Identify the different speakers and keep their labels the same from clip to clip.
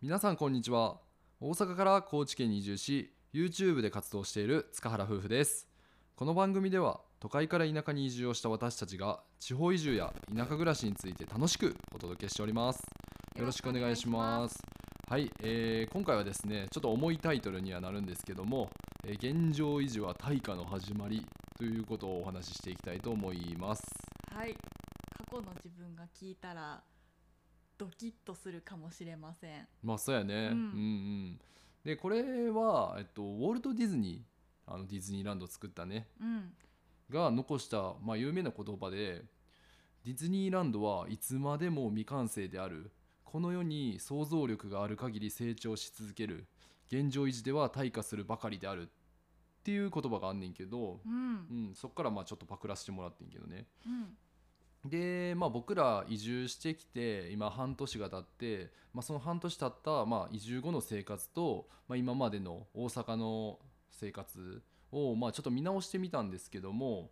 Speaker 1: 皆さんこんにちは大阪から高知県に移住し YouTube で活動している塚原夫婦ですこの番組では都会から田舎に移住をした私たちが地方移住や田舎暮らしについて楽しくお届けしておりますよろしくお願いしますはい、えー今回はですねちょっと重いタイトルにはなるんですけども「えー現状維持は大化の始まり」ということをお話ししていきたいと思います
Speaker 2: はい過去の自分が聞いたらドキッとするかもしれません
Speaker 1: まあそうやね、う、
Speaker 2: うんん
Speaker 1: うんでこれは、えっと、ウォルト・ディズニーあのディズニーランドを作ったね
Speaker 2: うん
Speaker 1: が残した、まあ、有名な言葉でディズニーランドはいつまでも未完成であるこの世に想像力がある限り成長し続ける現状維持では退化するばかりであるっていう言葉があんねんけど
Speaker 2: う、
Speaker 1: うんん、そっからまあちょっとパクらせてもらってんけどね
Speaker 2: うん
Speaker 1: で、まあ、僕ら移住してきて今半年が経って、まあ、その半年経った、まあ、移住後の生活と、まあ、今までの大阪の生活を、まあ、ちょっと見直してみたんですけども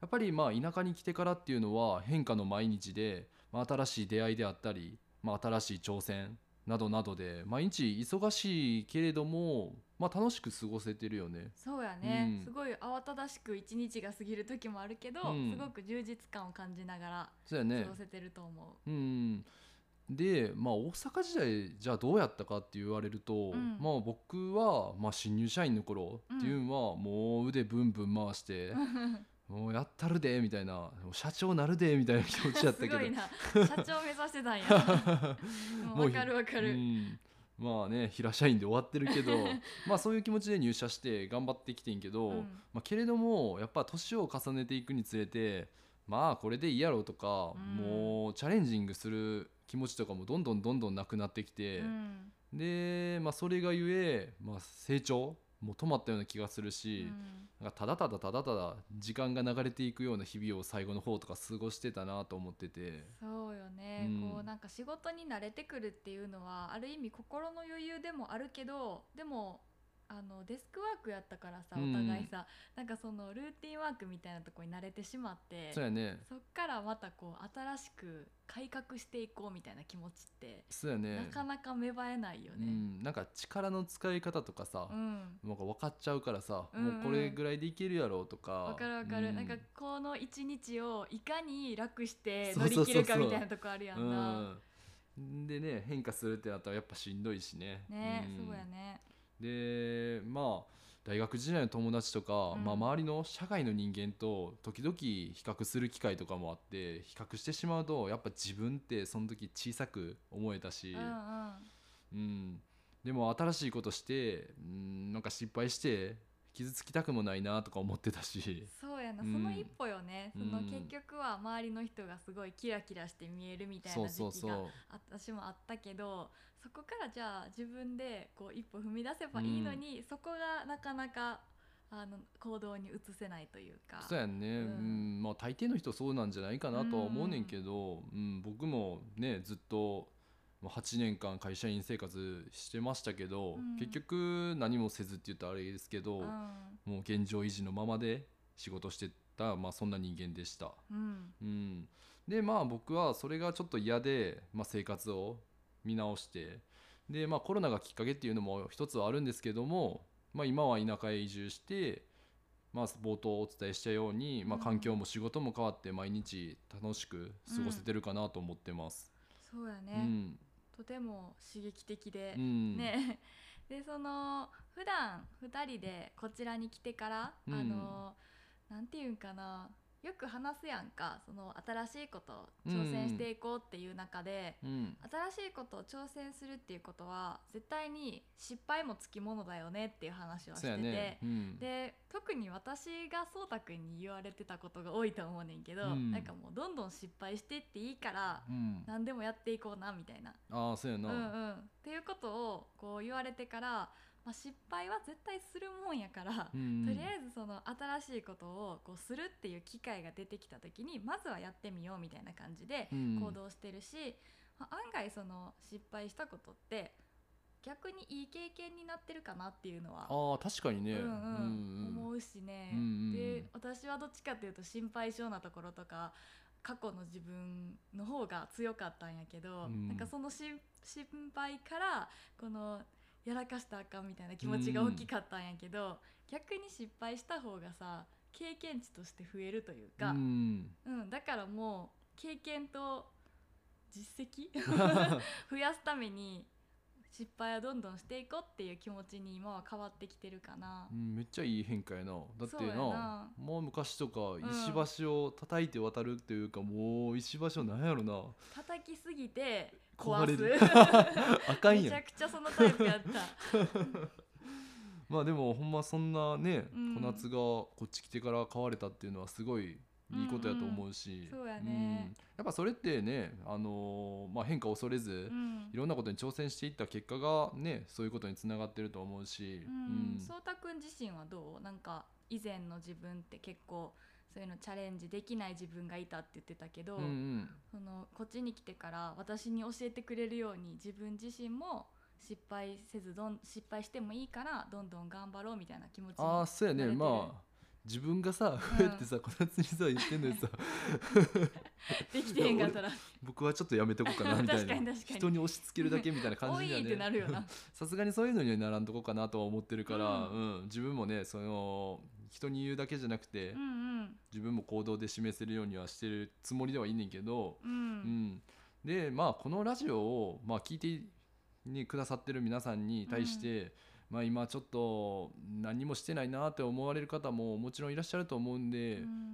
Speaker 1: やっぱりまあ田舎に来てからっていうのは変化の毎日で、まあ、新しい出会いであったり、まあ、新しい挑戦などなどで毎日忙しいけれども、まあ、楽しく過ごせてるよね。
Speaker 2: そうやね、
Speaker 1: うん
Speaker 2: すごい慌ただしく一日が過ぎる時もあるけど、
Speaker 1: うん
Speaker 2: すごく充実感を感じなが
Speaker 1: そうや
Speaker 2: ら
Speaker 1: ね
Speaker 2: 過ごせてると思
Speaker 1: うん、で、まあ、大阪時代じゃあどうやったかって言われると、
Speaker 2: うん
Speaker 1: まあ、僕は、まあ、新入社員の頃っていうのは、もう腕ブンブン回して
Speaker 2: う、
Speaker 1: もうやったるでみたいなもう社長なるでみたいな気持ちやった
Speaker 2: す
Speaker 1: けど
Speaker 2: ごい な社長目指してたんやもうわかるわか
Speaker 1: う
Speaker 2: る
Speaker 1: んまあね平社員で終わってるけ どまあそういう気持ちで入社して頑張ってきてんけど、
Speaker 2: うん
Speaker 1: まあ、けれどもやっぱ年を重ねていくにつれてまあこれでいいやろうとか、
Speaker 2: うん
Speaker 1: もうチャレンジングする気持ちとかもどんどんどんどんなくなってきて。
Speaker 2: うん
Speaker 1: で、まあ、それがゆえ、まあ、成長も止まったような気がする
Speaker 2: う
Speaker 1: し、
Speaker 2: ん
Speaker 1: なんかただただただただ時間が流れていくような日々を最後の方とか過ごしてたなと思ってて
Speaker 2: そうよね、
Speaker 1: うん
Speaker 2: こうなんか仕事に慣れてくるっていうのはある意味心の余裕でもあるけどでもあのデスクワークやったからさお
Speaker 1: うん
Speaker 2: 互いさ、なんかそのルーティンワークみたいなとこに慣れてしまって
Speaker 1: そうやね
Speaker 2: そっからまたこう新しく改革していこうみたいな気持ちって、
Speaker 1: そうやね
Speaker 2: なかなか芽生えないよ
Speaker 1: う
Speaker 2: ね。
Speaker 1: ん、なんか力の使い方とかさ
Speaker 2: う、ん
Speaker 1: なんか分かっちゃうからさ、
Speaker 2: うんうん
Speaker 1: もうこれぐらいでいけるやろうとか
Speaker 2: わかるわかる、
Speaker 1: うん
Speaker 2: なんかこの一日をいかに楽して
Speaker 1: そう
Speaker 2: 乗
Speaker 1: そうそうそう
Speaker 2: り切るかみたいなとこあるやんな。
Speaker 1: うん、でね変化するってなったらやっぱしんどいしね
Speaker 2: ね、
Speaker 1: ん
Speaker 2: そうやね。
Speaker 1: でまあ大学時代の友達とか、
Speaker 2: うん
Speaker 1: まあ、周りの社会の人間と時々比較する機会とかもあって比較してしまうとやっぱ自分ってその時小さく思えた
Speaker 2: う
Speaker 1: し、
Speaker 2: んうん
Speaker 1: うんでも新しいことして、うん、なんか失敗して傷つきたくもないなとか思ってたし
Speaker 2: そうやな、
Speaker 1: うん
Speaker 2: その一歩よね、
Speaker 1: うん
Speaker 2: その結局は周りの人がすごいキラキラして見えるみたい
Speaker 1: そ
Speaker 2: な
Speaker 1: うそう
Speaker 2: 時期
Speaker 1: そ
Speaker 2: が
Speaker 1: う
Speaker 2: 私もあったけどそこからじゃあ自分でこう一歩踏み出せばいいのに、そこがなかなかあの行動に移せないというか。
Speaker 1: そうやんね、う
Speaker 2: うんん
Speaker 1: まあ大抵の人そうなんじゃないかなとは思うねんけど、うん僕もねずっとまあ8年間会社員生活してましたけど、
Speaker 2: うん
Speaker 1: 結局何もせずって言ったらあれですけど、
Speaker 2: うん
Speaker 1: もう現状維持のままで仕事してた、まあ、そんな人間でした。
Speaker 2: うん
Speaker 1: うん、でまあ僕はそれがちょっと嫌で、まあ、生活を見直してで、まあ、コロナがきっかけっていうのも一つはあるんですけども、まあ、今は田舎へ移住して、まあ、冒頭お伝えしたように、まあ、
Speaker 2: うん
Speaker 1: 環境も仕事も変わって毎日楽しく過ごせてるかなと思ってます。
Speaker 2: そうや
Speaker 1: う
Speaker 2: ね、
Speaker 1: ん
Speaker 2: とても刺激的で、
Speaker 1: うん
Speaker 2: ね、でその普段2人でこちらに来てから、
Speaker 1: うん
Speaker 2: あのなんていうんかなよく話すやんかその新しいこと挑戦していこうっていう中で、
Speaker 1: うん
Speaker 2: 新しいことを挑戦するっていうことは絶対に失敗もつきものだよねっていう話はし
Speaker 1: そ
Speaker 2: て
Speaker 1: うや
Speaker 2: て、
Speaker 1: ね、うん、
Speaker 2: で特に私がそうたくんに言われてたことが多いと思うねんけど、
Speaker 1: うん
Speaker 2: なんかもうどんどん失敗してっていいから
Speaker 1: うん、
Speaker 2: 何でもやっていこうなみたいな
Speaker 1: ああそうやな、
Speaker 2: うんうん、っていうことをこう言われてから、まあ、失敗は絶対するもんやから、
Speaker 1: うん
Speaker 2: とりあえずその新しいことをこうするっていう機会が出てきた時にまずはやってみようみたいな感じで
Speaker 1: うん
Speaker 2: 行動してるし、まあ案外その失敗したことって逆にいい経験になってるかなっていうのは。
Speaker 1: ああ確かに
Speaker 2: う
Speaker 1: ね、
Speaker 2: んうん
Speaker 1: うんうん
Speaker 2: 思うしね、
Speaker 1: うんうん
Speaker 2: で私はどっちかっていうと心配性なところとか過去の自分の方が強かったんやけど、
Speaker 1: うん
Speaker 2: なんかそのし心配からこのやらかしたらあかんみたいな気持ちが大きかったんやけど、逆に失敗した方がさ経験値として増えるというか、
Speaker 1: うん
Speaker 2: うん、だからもう経験と実績 増やすために失敗をどんどんしていこうっていう気持ちに今は変わってきてるかな
Speaker 1: う。んめっちゃいい変化やなだって
Speaker 2: そうや
Speaker 1: な
Speaker 2: な
Speaker 1: もう昔とか
Speaker 2: ん
Speaker 1: 石橋を叩いて渡るっていうか、もう石橋をなんやろな
Speaker 2: 叩きすぎて
Speaker 1: 壊
Speaker 2: 壊
Speaker 1: れ
Speaker 2: す
Speaker 1: る あかん
Speaker 2: め
Speaker 1: や
Speaker 2: ち
Speaker 1: ん
Speaker 2: ゃくちゃそのタイプやった。
Speaker 1: まあでもほんまそんなね、
Speaker 2: うん
Speaker 1: 小夏がこっち来てから買われたっていうのはすごいいいことやと思うし、
Speaker 2: うんうんそうやね
Speaker 1: うんやっぱそれってね、あのーまあ、変化を恐れず、
Speaker 2: うん
Speaker 1: いろんなことに挑戦していった結果がねそういうことにつながってると思うし、
Speaker 2: うん、そうたくん自身はどうなんか以前の自分って結構そういうのチャレンジできない自分がいたって言ってたけど、
Speaker 1: うんうん
Speaker 2: そのこっちに来てから私に教えてくれるように自分自身も失敗せずどん失敗してもいいからどんどん頑張ろうみたいな気持ちに
Speaker 1: ああそうやね
Speaker 2: 慣れてる
Speaker 1: まあ自分がさ、
Speaker 2: ん
Speaker 1: こうやってさこたつにさ言ってんのにさ
Speaker 2: できてへんかったら
Speaker 1: 僕はちょっとやめとこうかなみたいな
Speaker 2: 確かに確かに
Speaker 1: 人に押し付けるだけみたいな感
Speaker 2: 多
Speaker 1: じ
Speaker 2: い
Speaker 1: だよ
Speaker 2: ってな
Speaker 1: ね
Speaker 2: るよな。
Speaker 1: さすがにそういうのにはならんとこかなとは思ってるから、
Speaker 2: う
Speaker 1: うん自分もねその人に言うだけじゃなくて、
Speaker 2: うんうん
Speaker 1: 自分も行動で示せるようにはしてるつもりではいいねんけど、
Speaker 2: う
Speaker 1: うんん、でまあこのラジオを、まあ、聞いて、ね、くださってる皆さんに対して、まあ、今ちょっと何もしてないなって思われる方ももちろんいらっしゃると思うんで、うん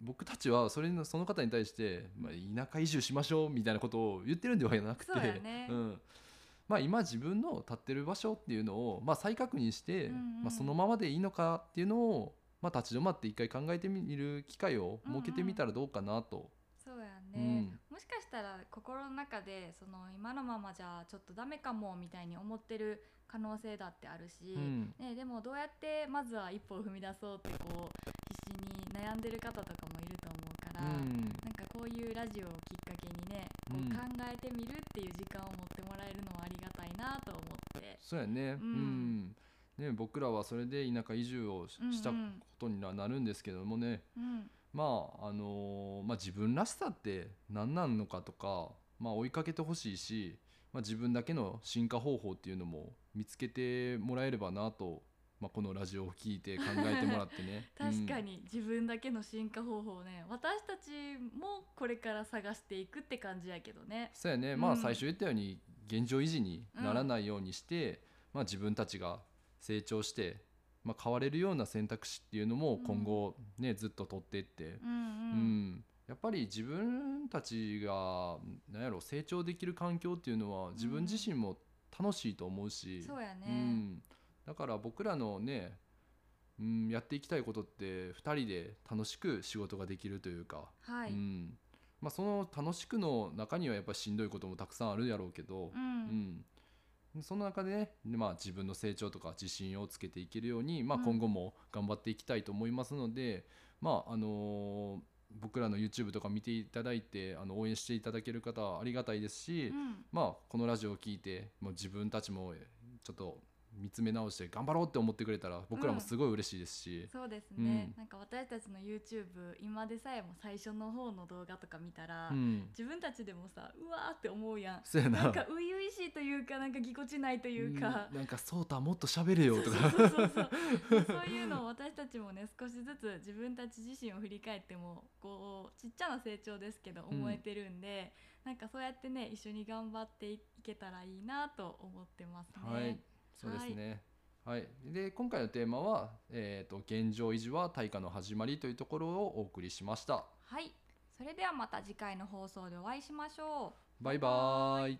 Speaker 1: 僕たちはそれのその方に対して、まあ、田舎移住しましょうみたいなことを言ってるんではなくて
Speaker 2: そうやね
Speaker 1: んまあ、今自分の立ってる場所っていうのを、まあ、再確認して、
Speaker 2: うんうん
Speaker 1: まあ、そのままでいいのかっていうのを、まあ、立ち止まって一回考えてみる機会を設けてみたらどうかなと。
Speaker 2: そうやね、
Speaker 1: うん
Speaker 2: もしかしたら心の中でその今のままじゃちょっとダメかもみたいに思ってる可能性だってあるし、
Speaker 1: うん
Speaker 2: ね、でもどうやってまずは一歩を踏み出そうってこう必死に悩んでる方とかもいると思うか
Speaker 1: う
Speaker 2: ら、
Speaker 1: ん
Speaker 2: なんかこういうラジオをきっかけにねこ
Speaker 1: うん
Speaker 2: う考えてみるっていう時間を持ってもらえるのはありがたいなと思って。
Speaker 1: そうやね、う
Speaker 2: うんん
Speaker 1: ね僕らはそれで田舎移住をし
Speaker 2: うんうん
Speaker 1: したことにはなるんですけどもね、
Speaker 2: うん
Speaker 1: まああのーまあ、自分らしさって何なのかとか、まあ、追いかけてほしいし、まあ、自分だけの進化方法っていうのも見つけてもらえればなと、まあ、このラジオを聞いて考えてもらってね
Speaker 2: 確か、に自分だけの進化方法をね私たちもこれから探していくって感じやけどね
Speaker 1: うん。そうやね、まあ、
Speaker 2: うん
Speaker 1: 最初言ったように現状維持にならないようにして、まあ、自分たちが成長して、まあ、変われるような選択肢っていうのも今後、ねずっと取っていって、
Speaker 2: うんうん
Speaker 1: うん、やっぱり自分たちがなんやろ成長できる環境っていうのは自分自身も楽しいと思うし、
Speaker 2: そうやね、
Speaker 1: うんだから僕らのね、うん、やっていきたいことって2人で楽しく仕事ができるというか、
Speaker 2: はい、う
Speaker 1: うんんまあ、その楽しくの中にはやっぱりしんどいこともたくさんあるやろうけど、うんその中でね、まあ、自分の成長とか自信をつけていけるように、まあ、
Speaker 2: うん
Speaker 1: 今後も頑張っていきたいと思いますので、まああのー僕らの YouTube とか見ていただいてあの応援していただける方はありがたいですし、
Speaker 2: うん
Speaker 1: まあ、このラジオを聞いてもう自分たちもちょっと見つめ直して頑張ろうって思ってくれたら僕らもすごい嬉しいですし、
Speaker 2: そうですね、
Speaker 1: うん
Speaker 2: なんか私たちの YouTube 今でさえも最初の方の動画とか見たら、
Speaker 1: うん
Speaker 2: 自分たちでもさうわーって思うやん
Speaker 1: そうやな
Speaker 2: なんか初々しいというかなんかぎこちないというか
Speaker 1: う、んなんか「そうたもっと喋れよ」とか
Speaker 2: そうそうそうそういうのを私たちもね少しずつ自分たち自身を振り返ってもこうちっちゃな成長ですけど思えてるんで、なんかそうやってね一緒に頑張っていけたらいいなと思ってますね。
Speaker 1: はい、そうですね。はい、で今回のテーマは、えーと「現状維持は対価の始まり」というところをお送りしました。
Speaker 2: はい、それではまた次回の放送でお会いしましょう。
Speaker 1: バイバーイ